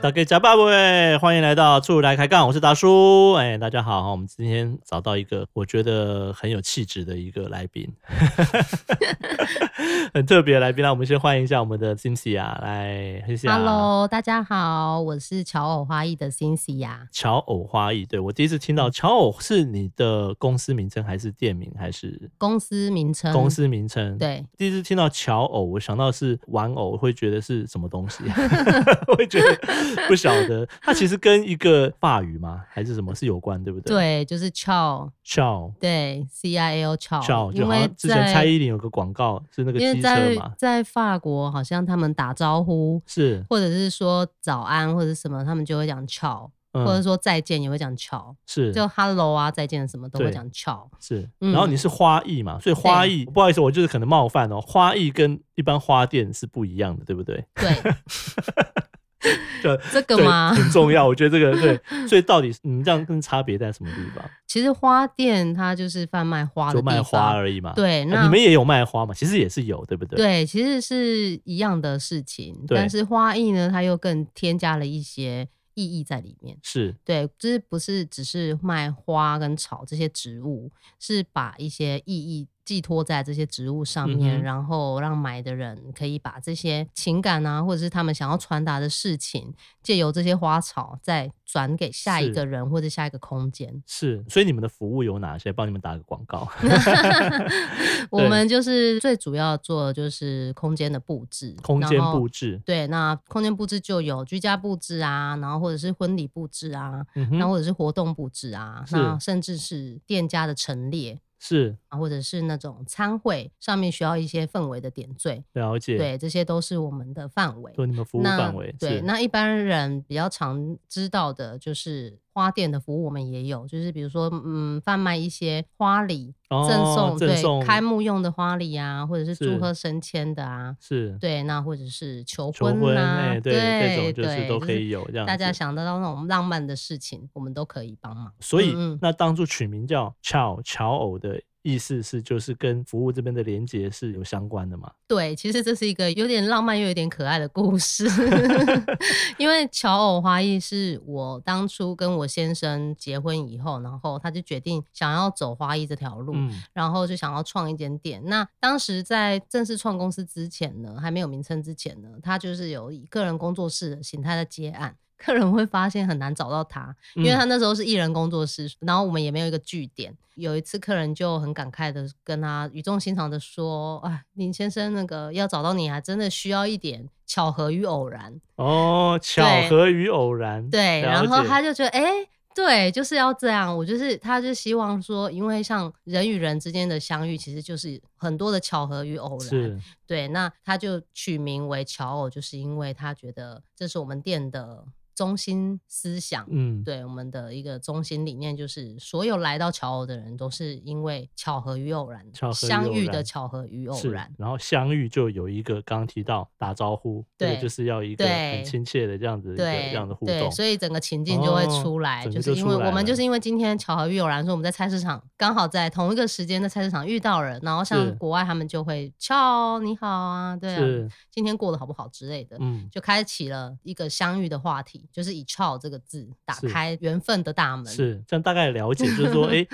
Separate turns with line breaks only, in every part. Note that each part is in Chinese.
大家加爸喂，欢迎来到助来开杠，我是达叔。哎，大家好，我们今天找到一个我觉得很有气质的一个来宾， 很特别的来宾。那我们先欢迎一下我们的 Cynthia 来，Cynthia。
Hello，大家好，我是巧偶花艺的 Cynthia。
巧偶花艺，对我第一次听到巧偶是你的公司名称还是店名还是
公司名称，
公司名称？，
对，
第一次听到巧偶，我想到是玩偶，会觉得是什么东西， 我会觉得不晓得。它其实跟一个法语吗，还是什么是有关，对不对？
对，就是 Chow，
巧
对，C I L Chow，
巧，就
因
好
为
像之前蔡
在
依林有个广告是那个
因为
机车
在
嘛，
在法国，好像他们打招呼
是，
或者是说早安或者什么，他们就会讲 Chow，、或者
嗯，
说再见也会讲 Chow，
是，
就 Hello 啊，再见什么都会
对
讲 Chow。
是，
嗯
然后你是花艺嘛，所以花艺不好意思，我就是可能冒犯哦，花艺跟一般花店是不一样的，对不对？
对，
对，
这个
对
吗？
很重要，我觉得这个 对，所以到底你们这样跟差别在什么地方？
其实花店它就是贩卖花的
就
地方，
卖花而已嘛。
对，
啊，
那
你们也有卖花嘛？其实也是有，对不对？，
对，其实是一样的事情，
对
但是花艺呢，它又更添加了一些意义在里面。
是
对，就是不是只是卖花跟草这些植物，是把一些意义寄托在这些植物上
嗯
面，
哼
然后让买的人可以把这些情感啊，或者是他们想要传达的事情，借由这些花草再转给下一
是
个人或者下一个空间。
是，所以你们的服务有哪些？帮你们打个广 告。
我
对
们就是最主要做的就是空间的布置，
空间
然后
布置，
对，那空间布置就有居家布置啊，然后或者是婚礼布置啊，
嗯
那
哼，
或者是活动布置啊，
是
那甚至是店家的陈列
是
啊，或者是那种餐会上面需要一些氛围的点缀，
了解，，
对，这些都是我们的范围。
你们服务
那
范围
对，
是
那一般人比较常知道的就是花店的服务，我们也有，就是比如说，嗯，贩卖一些花礼，
哦
赠送
赠送
对开幕用的花礼啊，或者是
是
祝贺升迁的啊，
是
对，那或者是求
求婚
啊，
哎，
对
这种就是都可以。有这
对
样。
大家。想得到那种浪漫的事情，我们都可以帮忙。
所以
嗯嗯
那当初取名叫“巧巧偶”的意思是，就是跟服务这边的连接是有相关的嘛？
对，其实这是一个有点浪漫又有点可爱的故事， 因为巧偶花艺是我当初跟我先生结婚以后，然后他就决定想要走花艺这条路，
嗯，
然后就想要创一间店。那当时在正式创公司之前呢，还没有名称之前呢，他就是有以个人工作室的形态在接案。客人会发现很难找到他，因为
嗯
他那时候是艺人工作室，然后我们也没有一个据点。有一次，客人就很感慨的跟他语重心长的说：“哎，林先生，那个要找到你，还真的需要一点巧合与偶然。
哦，巧
对
合与偶然，”
对，
了
然后
解
他就觉得，哎、对，就是要这样。我就是，他就希望说，因为像人与人之间的相遇，其实就是很多的巧合与偶然。
是
对，那他就取名为巧偶，就是因为他觉得这是我们店的中心思想。
嗯，
对我们的一个中心理念就是，所有来到巧偶的人都是因为巧合与偶然
巧合与偶
相遇
然
的巧合与偶
是
然。
然后相遇就有一个刚刚提到打招呼，这个
对
就是要一个很
对
亲切的这样子一个
对，
这样的互
对，
动，
所以整个情境就会
哦
出来，
整个
就
就是
因
出
为
来
我们就
了
是因为今天巧合与偶然，说我们在菜市场刚好在同一个时间在菜市场遇到了，然后
是
像国外他们就会巧你好啊，对啊
是，
今天过得好不好之类的，
嗯，
就开启了一个相遇的话题，就是以“俏”这个字打
是
开缘分的大门。
是这样大概了解，就是 说，哎、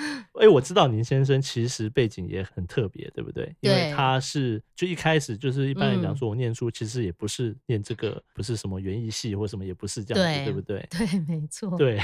哎，我知道林先生其实背景也很特别，对不对？因为
对
他是就一开始就是一般人讲
嗯
说，我念书其实也不是念这个，不是什么园艺系或什么，也不是这样子，对
对
不对？
对，没错。，
对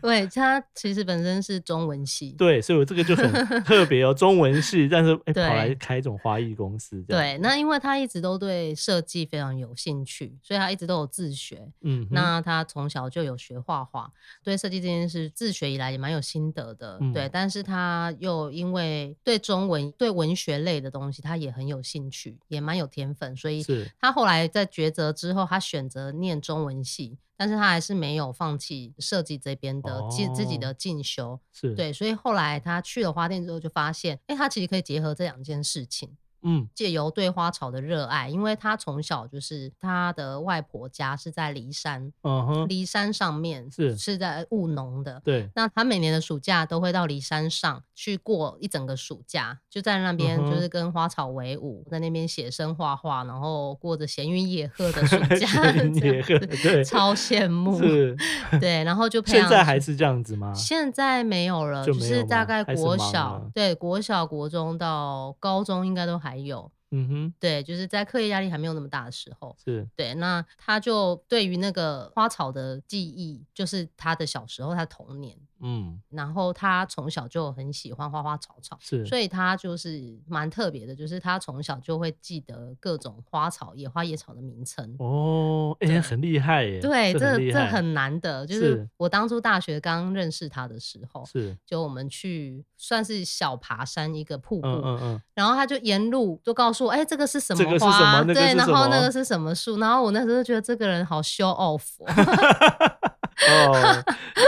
对，他其实本身是中文系。
对，所以我这个就很特别哦，中文系，但是哎、
对
跑来开一种花艺公司，这样，
对，那因为他一直都对设计非常有兴趣，所以他一直都有自学。
嗯哼，
那他从小就有学画画，对设计这件事自学以来也蛮有心得的。
嗯
对，但是他又因为对中文、对文学类的东西，他也很有兴趣，也蛮有天分，所以
是
他后来在抉择之后，他选择念中文系，但是他还是没有放弃设计这边的进、自己
哦
的进修。
是，
对，所以后来他去了花店之后，就发现，哎、他其实可以结合这两件事情。
嗯，
借由对花草的热爱，因为他从小就是他的外婆家是在骊山，
嗯哼，
骊山上面
是
是在务农的。
对，
那他每年的暑假都会到骊山上去过一整个暑假，就在那边
嗯哼
就是跟花草为伍，在那边写生画画，然后过着闲云野鹤 的暑假，
闲云
这样
野鹤
子
对
超羡慕。
是，
对，然后就培
现
养
在
出
还是这样子吗？
现在没有了，
啊就
就
没有
是大
吗
概
还是
国
忙
小
了，
对国小、国中到高中应该都还有。
嗯哼，
对，就是在课业压力还没有那么大的时候，
是，
对，那他就对于那个花草的记忆，就是他的小时候，他童年，
嗯，
然后他从小就很喜欢花花草草，
是，
所以他就是蛮特别的，就是他从小就会记得各种花草、野花、野草的名称。
哦，哎、很厉害耶，
对，这
很厉
这
害，
很难得，就是是我当初大学刚认识他的时候，
是，
就我们去算是小爬山一个瀑布，
嗯嗯嗯，
然后他就沿路就告诉我，哎、这个是什么
这个
花？
是什么那个
对，
是
然
什
后那
么
个是什么树？然后我那时候就觉得这个人好 show off，哦
哦，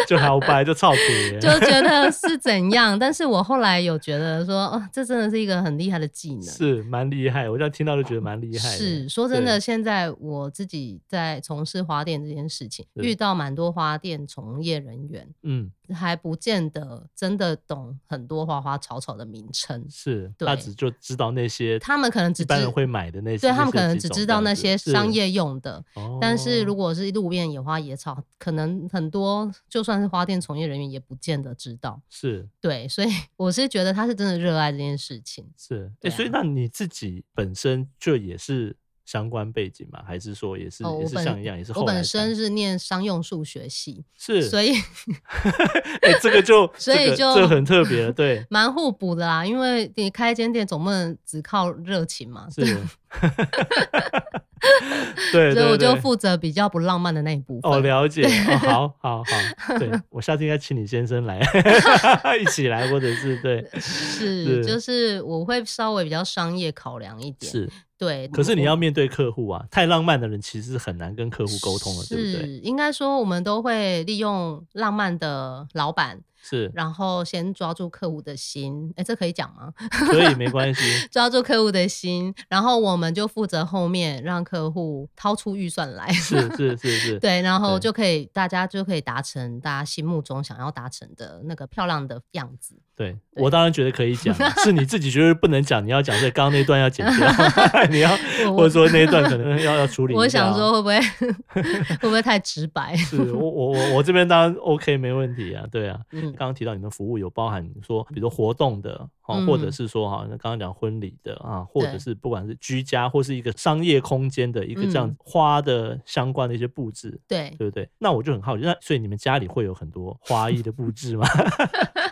就好白，就操皮，
就觉得是怎样。但是我后来有觉得说，哦，这真的是一个很厉害的技能。
是蛮厉害，我这样听到就觉得蛮厉害的。
是说真的，
对，
现在我自己在从事花店这件事情，
是
遇到蛮多花店从业人员，
嗯，
还不见得真的懂很多花花草草的名称。
是，
对
他只就知道那些
他们可能只
一般
知
人会买的那些，
对他们
那些
可能
几
只
种
知
这
道
样
那
子
些商，业用的，
是哦
但是如果是路边野花野草，可能很多就算是花店从业人员也不见得知道。
是
对，所以我是觉得他是真的热爱这件事情。
是，哎、
对
所以
啊
那你自己本身就也是相关背景吗？还是说也是、
哦，
也
我
是像一样，也
本
是
我
后来
本身
才
是念商用数学系，
是，
所以
哎、这个就
所以
这个
就，
这很特别了，对
蛮互补的啦。因为你开一间店总不能只靠热情嘛，
是，对，
所以我
对
就
对
负责比较不浪漫的那一部分。
哦，了解，哦、好 好好，对我下次应该请你先生来一起来，或者是对
是，
是
就是我会稍微比较商业考量一点。，
是，
对。
可是你
我
要面对客户啊，太浪漫的人其实是很难跟客户沟通的，
是
对不对？
应该说我们都会利用浪漫的老板，
是，
然后先抓住客户的心。哎、这可以讲吗？
所以没关系，
抓住客户的心，然后我们就负责后面让客户掏出预算来。
是是是是，
对，然后
对
就可以，大家就可以达成大家心目中想要达成的那个漂亮的样子。
对我当然觉得可以 讲啊，是你自己觉得不能讲，你要讲，所以刚刚那段要剪掉， 你要
我
或者说那一段可能要要处理一下啊。
我想说，会不会 会不会太直白？
是我我我我这边当然 OK 没问题啊，对啊。
嗯，
刚刚提到你们服务有包含说，比如说活动的哦，
嗯
或者是说哈，那刚刚讲婚礼的啊，或者
对
是不管是居家或是一个商业空间的一个这样
嗯
花的相关的一些布置，
对，
对不对？那我就很好奇，那所以你们家里会有很多花艺的布置吗？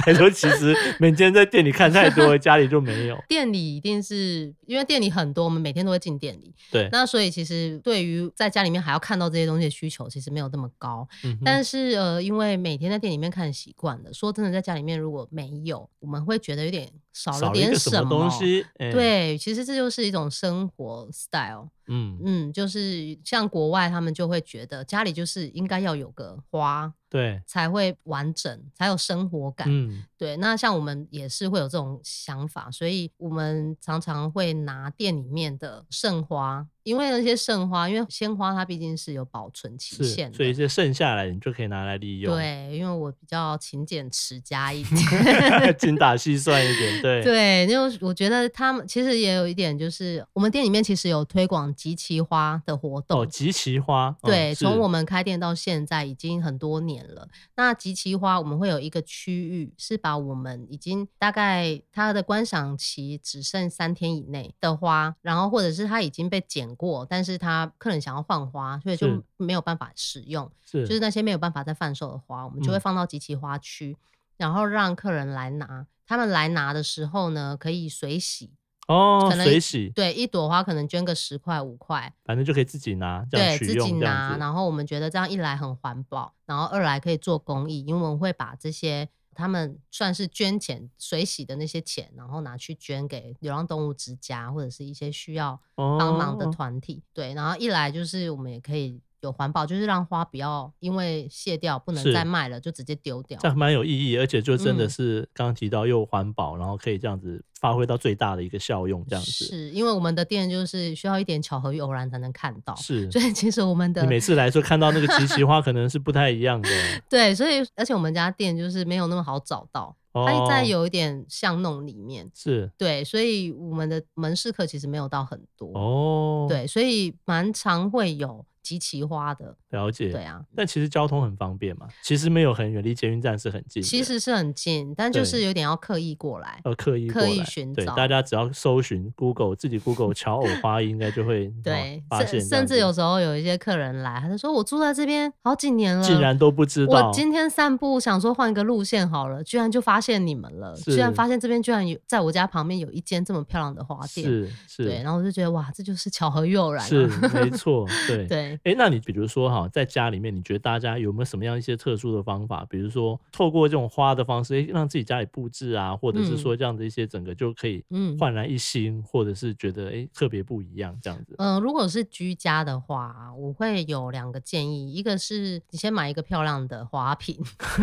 还说其实每天在店里看太多，家里就没有？
店里一定是因为店里很多，我们每天都会进店里，
对，
那所以其实对于在家里面还要看到这些东西的需求，其实没有那么高。
嗯哼
但是呃，因为每天在店里面看习惯了，说真的，在家里面如果没有，我们会觉得有点少
少
了
了一
点
个什
么。
东西？哎，
对，其实这就是一种生活 style。
嗯，
嗯，就是像国外他们就会觉得家里就是应该要有个花
对，
才会完整，才有生活感。
嗯，
对，那像我们也是会有这种想法，所以我们常常会拿店里面的剩花，因为那些剩花，因为鲜花它毕竟是有保存期限
是，
的，
所以这剩下来你就可以拿来利用，
对，因为我比较勤俭持家一 点。
精打细算一点，对，
对，就是我觉得他们其实也有一点，就是我们店里面其实有推广集齐花的活动，
哦，集齐花，嗯
对，从
是
我们开店到现在已经很多年了。那集齐花我们会有一个区域，是把我们已经大概它的观赏期只剩三天以内的花，然后或者是它已经被剪过，但是它客人想要换花，所以就是没有办法使用，
是
就是那些没有办法再贩售的花，我们就会
嗯
放到集齐花区，然后让客人来拿。他们来拿的时候呢，可以随喜，
哦
可，能
水洗，
对，一朵花可能捐个十块五块，
反正就可以自己拿，这样
对
取
自己
用这样
拿，
子。
然后我们觉得这样一来很环保，然后二来可以做公益，因为我们会把这些他们算是捐钱水洗的那些钱，然后拿去捐给流浪动物之家或者是一些需要
哦
帮忙的团体。对，然后一来就是我们也可以有环保，就是让花不要因为谢掉不能
是
再卖了，就直接丢掉
这。样蛮有意义，而且就真的
嗯
是刚刚提到又环保，然后可以这样子发挥到最大的一个效用，这样子
是因为我们的店就是需要一点巧合与偶然才能看到，
是。
所以其实我们的
你每次来说看到那个奇奇 花，可能是不太一样的。
对，所以而且我们家店就是没有那么好找到，它
哦，
在有一点巷弄里面，
是
对，所以我们的门市客其实没有到很多，
哦，，
对，所以蛮常会有集齐花的，
了解。
对啊，
但其实交通很方便嘛，其实没有很远，离捷运站是很近的。
其实是很近，但
对
就是有点要刻意过来，
呃刻意
刻
过
意
来
寻
对
找
大家只要搜寻 Google 自己 Google 巧偶花艺，应该就会哦
对，
发现这
甚
样
甚至
子
有时候有一些客人来，他就说我住在这边好几年了，
竟然都不知道
我，今天散步想说换个路线好了，居然就发现你们了，居然
是
发现这边居然有在我家旁边有一间这么漂亮的花店，
是
对，
是
然后我就觉得哇，这就是巧合与偶然、啊，
是没错，对。
对。
哎，那你比如说哈，在家里面，你觉得大家有没有什么样一些特殊的方法？比如说透过这种花的方式，诶让自己家里布置啊，或者是说这样的一些整个就可以
嗯
焕然一新，或者是觉得哎特别不一样这样 子。
嗯、如果是居家的话，我会有两个建议，一个是你先买一个漂亮的花瓶，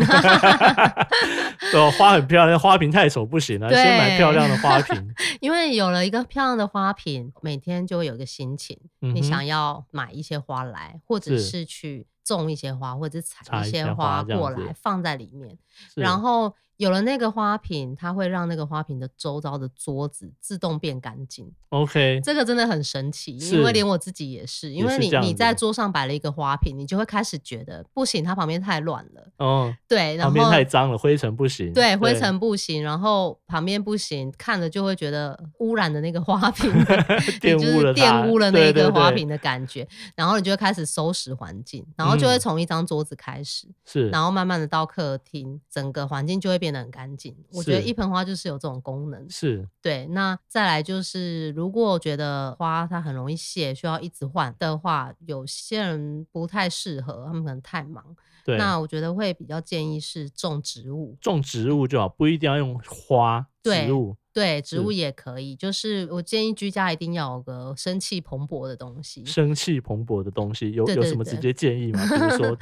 哦，花很漂亮，花瓶太丑不行啊，先买漂亮的 花瓶。
因为有了一个漂亮的花瓶，每天就会有一个心情，
嗯
你
哼
想要买一些花来，或者
是
是去种一些花，或者是
插
采
一
些
些花
花
这样
过
子
来放在里面。
是
然后有了那个花瓶，它会让那个花瓶的周遭的桌子自动变干净。
OK，
这个真的很神奇，
是
因为连我自己也是，因
也
为
是
你
这样
你在
子
桌上摆了一个花瓶，你就会开始觉得不行，它旁边太乱了。
哦，
对，然
旁
后
边太脏了，灰尘不行。
对，灰尘不行，然后旁边不行，看了就会觉得污染的那个 花瓶
玷
就
污
是
了它
玷污了
对
那
对
个花
对
瓶的感觉，然后你就会开始收拾环境，然后就会
嗯
从一张桌子开始，
是
然后慢慢的到客厅，整个环境就会变得很干净。我觉得
是
一盆花就是有这种功能。
是
对，那再来就是，如果觉得花它很容易谢，需要一直换的话，有些人不太适合，他们可能太忙。
对。
那我觉得会比较建议是种植物，
种植物就好，不一定要用花
对
植物。
对，植
是
物也可以。就是我建议居家一定要有个生气蓬勃的东西。
生气蓬勃的东西有
对
有
对
什么
对
直接建 议吗？比如说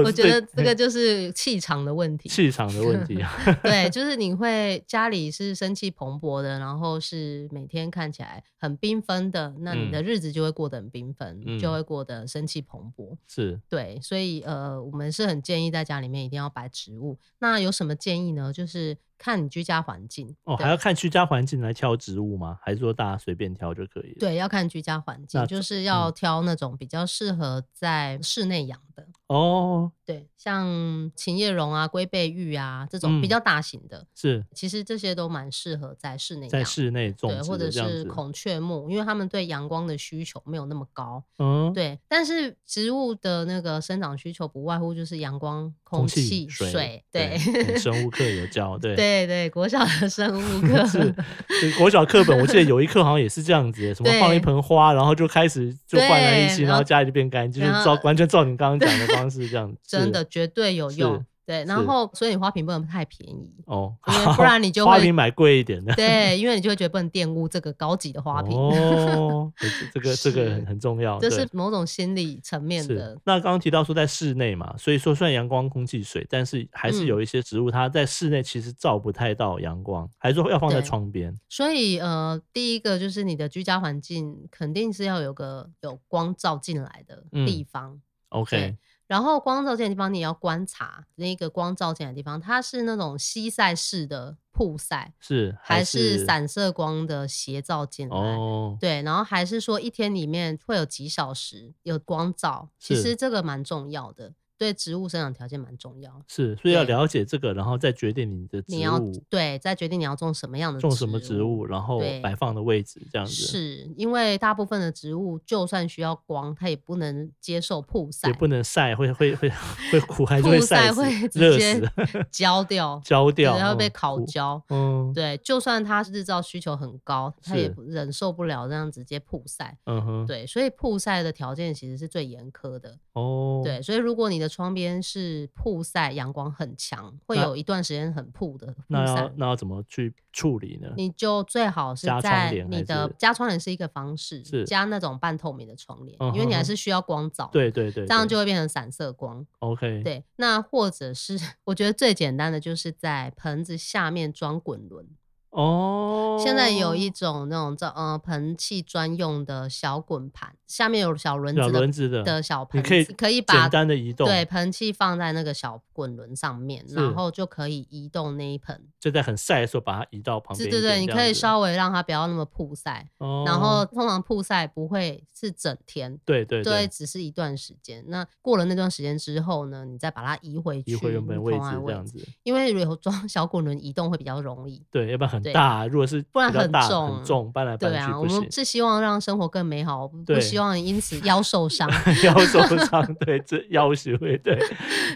我
是
觉
最
得这个就是气场的问题。
气场的问题啊，
对，就是你会家里是生气蓬勃的，然后是每天看起来很缤纷的，那你的日子就会过得很缤纷，
嗯
就会过得生气蓬勃。
是
对，所以呃，我们是很建议在家里面一定要摆植物。那有什么建议呢？就是看你居家环境
哦，
对
还要看居家环境来挑植物吗？还是说大家随便挑就可以了？，
对，要看居家环
那嗯
境，就是要挑那种比较适合在室内养的。
哦，
对，像琴叶榕啊、龟背玉啊这种
嗯
比较大型的，
是
其实这些都蛮适合在室内
在
养。
室内种
对，
植
或者
的这样子，
是孔雀木，因为它们对阳光的需求没有那么高。
嗯，
对，但是植物的那个生长需求不外乎就是阳光、
空
气、
水，
对，
嗯 生物课有教，对。
对对，国小的生物 课
是，这个国小课本我记得有一课好像也是这样子耶，什么
对
放一盆花，然后就开始就焕然一
对
新，
然
然后
后
家里就变干净，就
然
是
后
照完全照你刚刚讲的方式这 样子，
真
是
的绝对有
是
用。对，
是
然后所以你花瓶不能太便宜，
哦，
因 为不然你就
花
会
瓶买贵一点的。
对，因为你就会觉得不能玷污这个高级的花瓶，
哦，诶这这个这个很
是
很重要，
这
对
是某种心理层面
是
的。
那刚刚提到说在室内嘛，所以说虽然阳光、空气、水，但是还是
嗯
有一些植物它在室内其实照不太到阳光，还是说要放在
对
窗边。
所以呃，第一个就是你的居家环境肯定是要有个有光照进来的
嗯
地方。
OK，
对然后光照进来的地方，你也要观察那个光照进来的地方，它是那种西晒式的曝晒，
是
还
是
是散射光的斜照进来？
哦，
对，然后还是说一天里面会有几小时有光照，其
是
实这个蛮重要的，对植物生长条件蛮重要。
是，所以要
对
了解这个，然后再决定你的植
你要
物
对，再决定你要种什么样的
种什么植物，然后
对
摆放的位置这样子，
是因为大部分的植物就算需要光，它也不能接受曝晒
也，不能晒，会会 会会苦，还是
曝
会晒
晒
死
会直
热
接
死
焦掉，
焦
对
掉，
它会被
嗯
烤
苦
焦。
嗯，
对，就算它日照需求很高，它也
是
不忍受不了这样直接曝晒。
嗯哼，
对，所以曝晒的条件其实是最严苛的。
哦，
对，所以如果你的窗边是曝晒，阳光很强，会
那
有一段时间很曝的曝
那
晒
要。那要怎么去处理呢？
你就最好是
加窗
在
帘
你
还
的
是
加窗帘是一个方式，
是
加那种半透明的窗帘，
嗯
因为你还
哼哼
是需要光照，，
对对对，
这样
对
就会变成散射光。
OK。
对，那或者是我觉得最简单的就是在盆子下面装滚轮。
哦，
现在有一种那种叫呃盆器专用的小滚盘，下面有小轮
小
子
轮
的
子的，
的小
你
盆子，
可以
可以把
简单的移动，
对，盆器放在那个小滚轮上面，
是
然后就可以移动那一盆。
就在很晒的时候把它移到旁边
对
一
对
点。
对，你
这
可
样
以
子，
稍微让它不要那么曝晒，
哦
然后通常曝晒不会是整天。
对对
对，，只是一段时间。那过了那段时间之后呢，你再把它移回去
移回原本
你
位
同
置
样的
这
位
样
置，
子，
因为有装 小滚轮移动会比较容易。
对，要不然很
对
大，如果是
不然
比较
很
大
重
很重，搬来搬
对
去
啊，我
不行
们，是希望让生活更美好，不
对
希望因此腰受伤。
腰受伤，对，这腰是会， 对，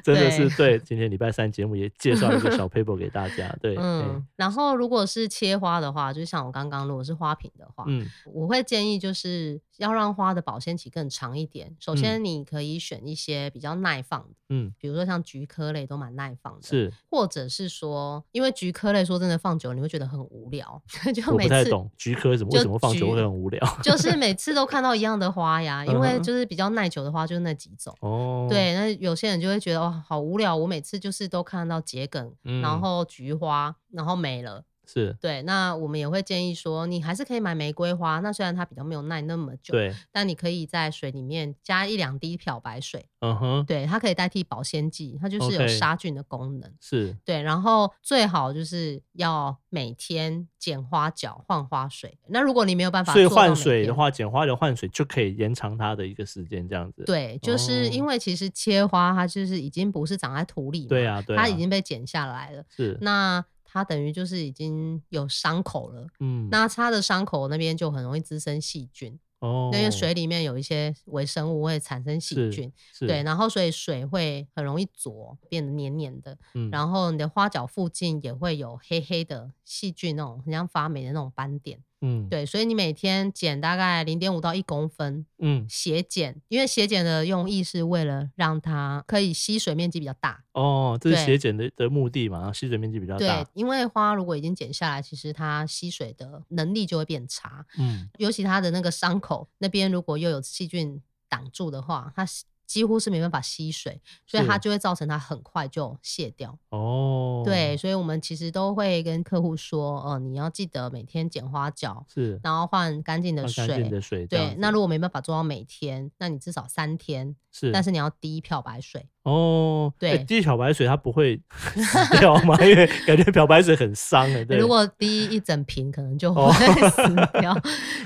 真的是对。今天礼拜三节目也介绍了一个小 paper 给大家，对，哎
嗯，然后如果是切花的话，就像我刚刚，如果是花瓶的话，
嗯，
我会建议就是要让花的保鲜期更长一点。首先，你可以选一些比较耐放的，
嗯，
比如说像菊科类都蛮耐放的，，
是
或者是说，因为菊科类说真的放久了你会觉得很无聊， 就
我
每
不太
次
懂菊科怎么
就
为什么放
菊
久会很无聊
就是每次都看到一样的花呀，因为
嗯哼
就是比较耐久的花就是那几种。
哦，，
对，那有些人就会觉得哇，好无聊。我每次就是都看到桔梗，然
嗯
后菊花，然后没了。
是，
对，那我们也会建议说，你还是可以买玫瑰花。那虽然它比较没有耐那么久，
对，
但你可以在水里面加一两滴漂白水，
嗯哼，
对，它可以代替保鲜剂，它就是有
OK
杀菌的功能。
是，
对，然后最好就是要每天剪花脚换花水。那如果你没有办法，
所以换水的，话，剪花的换水就可以延长它的一个时间，这样子。
对，就是因
哦
为其实切花它就是已经不是长在土里嘛，
对啊，对啊，
它已经被剪下来了，
是，
那它等于就是已经有伤口了。
嗯，
那它的伤口那边就很容易滋生细菌，
哦，
因为水里面有一些微生物会产生细
是
菌，
是
对，，然后所以水会很容易浊，变得黏黏的，
嗯
然后你的花脚附近也会有黑黑的细菌，那种很像发霉的那种斑点，
嗯，，
对，所以你每天剪大概零点五到一公分
嗯，
斜剪，因为斜剪的用意是为了让它可以吸水面积比较大，
哦，这是
对
斜剪的的目的嘛，吸水面积比较
对
大，，
因为花如果已经剪下来，其实它吸水的能力就会变差，
嗯，
尤其它的那个伤口那边如果又有细菌挡住的话，它吸几乎是没办法吸水，所以它
是
就会造成它很快就卸掉。
哦，
对，，所以我们其实都会跟客户说，呃，你要记得每天剪花脚，
是
然后换干净的
换干净
水。
的水这样
对
子，，
那如果没办法做到每天，那你至少三天，
是，
但是你要滴漂白水。
哦，哎
对
滴漂白水它不会 死掉 吗？因为感觉漂白水很伤的，对，
如果滴一整瓶，可能就
哦
会 死掉。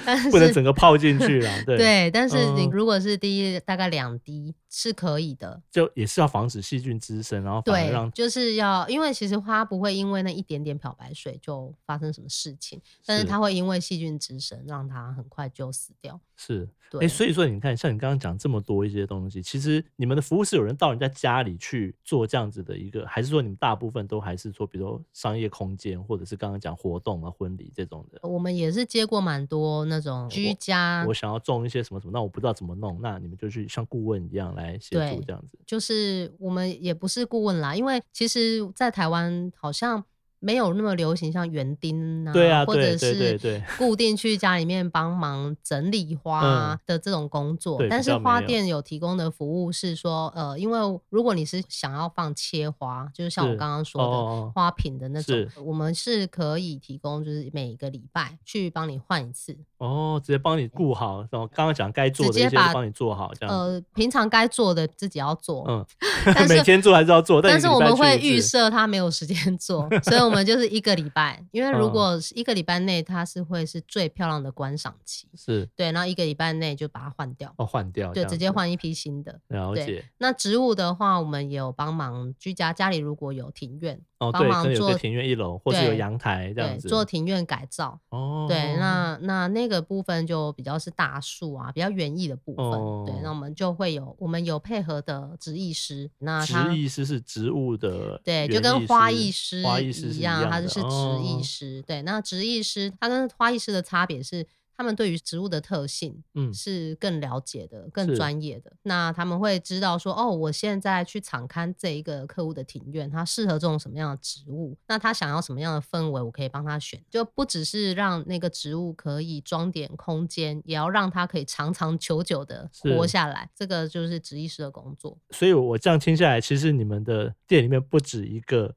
但是
不能整个泡进去 啦，对，
对，但是你
嗯
如果是滴大概两滴是可以的，
就也是要防止细菌滋生，然后反而
对，
让
就是要，因为其实花不会因为那一点点漂白水就发生什么事情，但是
是
它会因为细菌滋生，让它很快就死掉。
是哎、
对，
所以说你看，像你刚刚讲这么多一些东西，其实你们的服务是有人到人家家里去做这样子的一个，还是说你们大部分都还是说，比如说商业空间，或者是刚刚讲活动啊、婚礼这种的？
我们也是接过蛮多那种居家
我，想要种一些什么什么，那我不知道怎么弄，那你们就去像顾问一样来协助
对
这样子。
就是我们也不是顾问啦，因为其实，在台湾好像。没有那么流行像园丁啊，
对啊，
或
对对
者
对
是
对，
固定去家里面帮忙整理花啊的这种工作，
嗯对
但
比
是
较没
花
有
店有提供的服务是说，呃，因为如果你是想要放切花，就是像我
是
刚刚说的。
哦，
花瓶的那种
是，
我们是可以提供，就是每个礼拜去帮你换一次。
哦，直接帮你顾好，然后刚刚讲该做的
直
一
接
些都
把
帮你做好，这样子。
呃，平常该做的自己要做，
嗯，
但是
每天做还是要做，
但
你
是
礼
我
拜
们
去
会
一次
预设他没有时间 做，所以我们就是一个礼拜，因为如
嗯
果是一个礼拜内它是会是最漂亮的观赏期，
是
对，然后一个礼拜内就把它换掉。
哦，换掉，
对，
这样
直接
子。
换一批新的。
了
对
解
那植物的话，我们也有帮忙居家家里如果有庭院，
哦，
帮
对，
忙
可能有个
做
庭院一楼，或是有
对
阳台这
对，
样子。
做庭院改造，
哦，
对，那那那个部分就比较是大树啊，比较园艺的部分，对
哦，
那我们就会有我们有配合的植艺师，那
植
他。
艺师是植物的
对，
园艺师，
就跟花艺师
花艺师是
一
样的，
他就是植
哦
艺师。对，那植艺师他跟花艺师的差别是，他们对于植物的特性
嗯
是更了解的、更
是
专业的。那他们会知道说，哦，我现在去场勘这一个客户的庭院，他适合种什么样的植物，那他想要什么样的氛围，我可以帮他选。就不只是让那个植物可以装点空间，也要让它可以长长久久的
是
活下来。这个就是植医师的工作。
所以我这样听下来，其实你们的店里面不止一个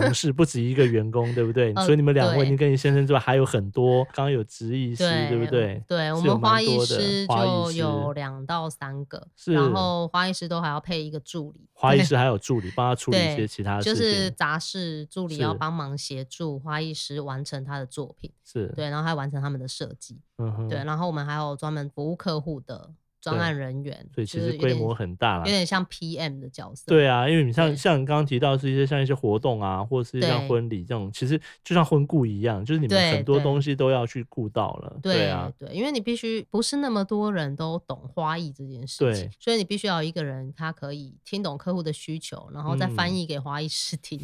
同 事，不止一个员工，对不对？
呃
所以你们两位，
对
你跟你先生之外，还有很多，刚刚有植艺师，对不对？
对，我
是有
们
蛮
花艺
多的
师
花艺
就
师
有两到三个，
是
然后花艺师都还要配一个助理。
花艺
对
师还有助理帮他处理一
对啊
些其他的
就
事情，
是杂事助理要
是
帮忙协助花艺师完成他的作品，
是，
对，然后还完成他们的设计，
嗯哼，
对，然后我们还有专门服务客户的专
对
案人员，
所以其
就是
实
有
规
点
模很大啦
有。点像 PM 的角色，
对啊，因为你像
对
像你刚刚提到是一些像一些活动啊，或者是像
对
婚礼这种，其实就像婚顾一样，就是你们
对
很多
对
东西都要去顾到了。对啊，
对，因为你必须不是那么多人都懂花艺这件事
对
情，所以你必须要有一个人他可以听懂客户的需求，然后再翻
嗯
译给花艺 师听，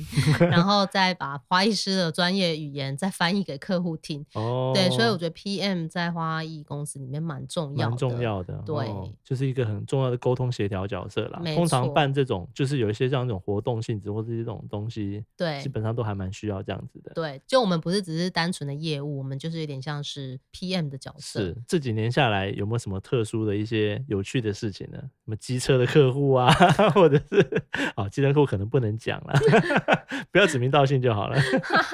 然后再把花艺师的专业语言再翻译给客户听。
哦，
对，所以我觉得 PM 在花艺公司里面蛮重要的，
蛮重要的，
对
哦就是一个很重要的沟通协调角色啦。
没
通常
错
办这种就是有一些像这种活动性质或者这种东西，
对
基本上都还蛮需要这样子的。
对，就我们不是只是单纯的业务，我们就是有点像是 PM 的角色。
是这几年下来有没有什么特殊的一些有趣的事情呢？什么机车的客户啊， 或者是哦，机车客户可能不能讲了， 不要指名道姓就好了。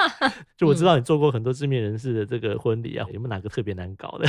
就我
嗯
知道你做过很多知名人士的这个婚礼啊，有没有哪个特别难搞的？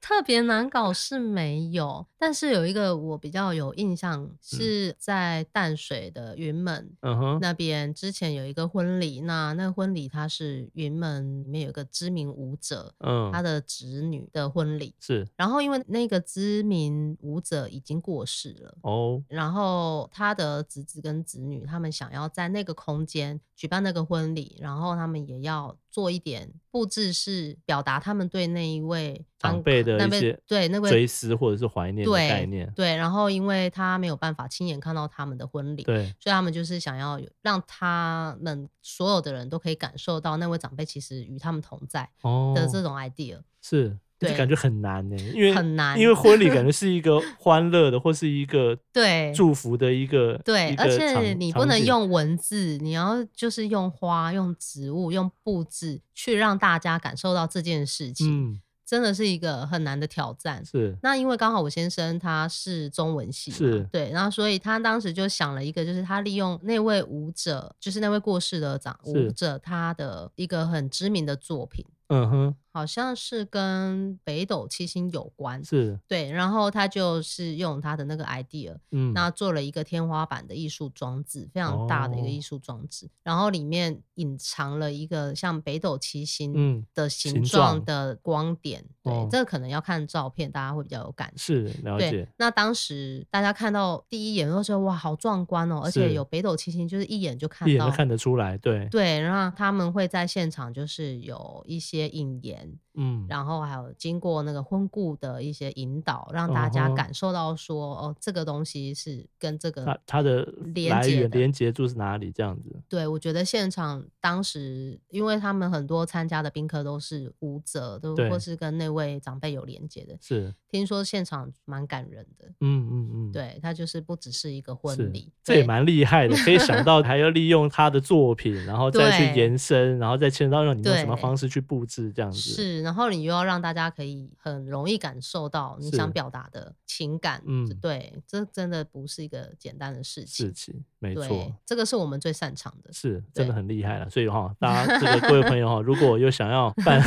特别难搞是没有，但是有一个我比较有印象，是在淡水的云门。
嗯哼，
那边之前有一个婚礼，那那个婚礼它是云门里面有一个知名舞者，他
嗯，
的侄女的婚礼。
是
然后因为那个知名舞者已经过世了，
哦，
然后他的侄子跟侄女，他们想要在那个空间举办那个婚礼，然后他们也要做一点布置，是表达他们对那一位
长
安
辈的
那
一
位
些
对那
追
位
思或者是怀念的
对
概念。
对，然后因为他没有办法亲眼看到他们的婚礼。
对，
所以他们就是想要有让他们所有的人都可以感受到那位长辈其实与他们同在
哦，
的这种 idea，、
是，就
对
感觉很难呢，因为
很难
因为婚礼感觉是一个欢乐的，或是一个
对
祝福的一个
对，
一
而
个
且
场
你
场
不能
景
用文字，你要就是用花、用植物、用布置去让大家感受到这件事情，
嗯，
真的是一个很难的挑战。
是
那因为刚好我先生他是中文系嘛，
是
对，然后所以他当时就想了一个，就是他利用那位舞者，就是那位过世的长舞
是
者，他的一个很知名的作品，
嗯哼
好像是跟北斗七星有关，
是
对，然后他就是用他的那个 idea，
嗯
那做了一个天花板的艺术装置，非常大的一个
哦
艺术装置，然后里面隐藏了一个像北斗七星
嗯
的
形
形
状
状的光点。
哦
对，这个可能要看照片，大家会比较有感受。
是了
对
解，
那当时大家看到第一眼都觉得哇，好壮观哦，而且
是
有北斗七星，就是一眼就看
一眼
到。
就看得出来，对，
对，然后他们会在现场就是有一些引言，
嗯
然后还有经过那个婚顾的一些引导，让大家
嗯哼
感受到说，哦，这个东西是跟这个
它它的
连
来
接
源
的
连接处是哪里这样子，
对，我觉得现场当时，因为他们很多参加的宾客都是舞者，都
对
或是跟那位长辈有连接的。
是
听说现场蛮感人的，
嗯嗯嗯，。
对他就是不只是一个
是
婚礼，
这也
对
蛮厉害的，可以想 到还要利用他的作品，然后再去
对
延伸，然后再牵扯到让你用什么
对
方式去布置这样子。
是，然后你又要让大家可以很容易感受到你想
是
表达的情感，
嗯
对，这真的不是一个简单的事
事
情，
情，没错
对，，这个是我们最擅长的，
是真的
对
很厉害了。所以哈，大家这个各位朋友哈，如果有想要 办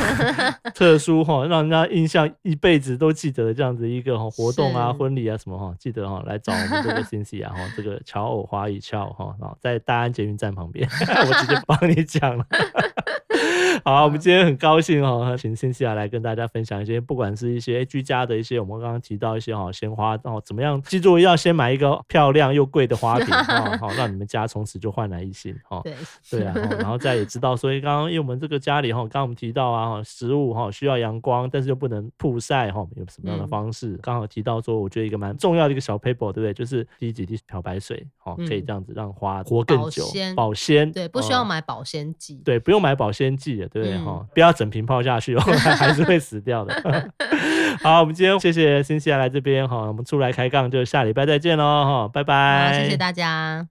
特殊哈，让人家印象一辈子都记得的这样子一个哈活动啊、
是
婚礼啊什么哈，记得哈来找我们 这个 Cincy 啊哈，这个乔偶花艺俏哈，然后在大安捷运站旁边， 我直接帮你讲了。 好，我们今天很高兴哦，请新西亚来跟大家分享一些，不管是一些诶哎居家的一些，我们刚刚提到一些哈鲜花，哦，怎么样？记住要先买一个漂亮又贵的花 瓶哦，好、让你们家从此就焕然一新哦。
对，
对啊，齁然后再也知道，所以刚刚因为我们这个家里哈，哦刚刚我们提到啊，齁食物哈需要阳光，但是又不能曝晒哈，齁有什么样的
嗯
方式？刚好提到说，我觉得一个蛮重要的一个小 paper，对不对？就是滴几滴漂白水哈，齁可以
嗯
这样子让花活更
保
久，
鲜
保鲜，
对，不需要
嗯
买保鲜剂，
对，不用买保鲜剂的，对对
嗯
哈、不要整瓶泡下去 哦，还是会死掉的。 好，我们今天谢谢新西兰来这边哈，我们出来开杠，就下礼拜再见喽哈，拜拜，
好，谢谢大家。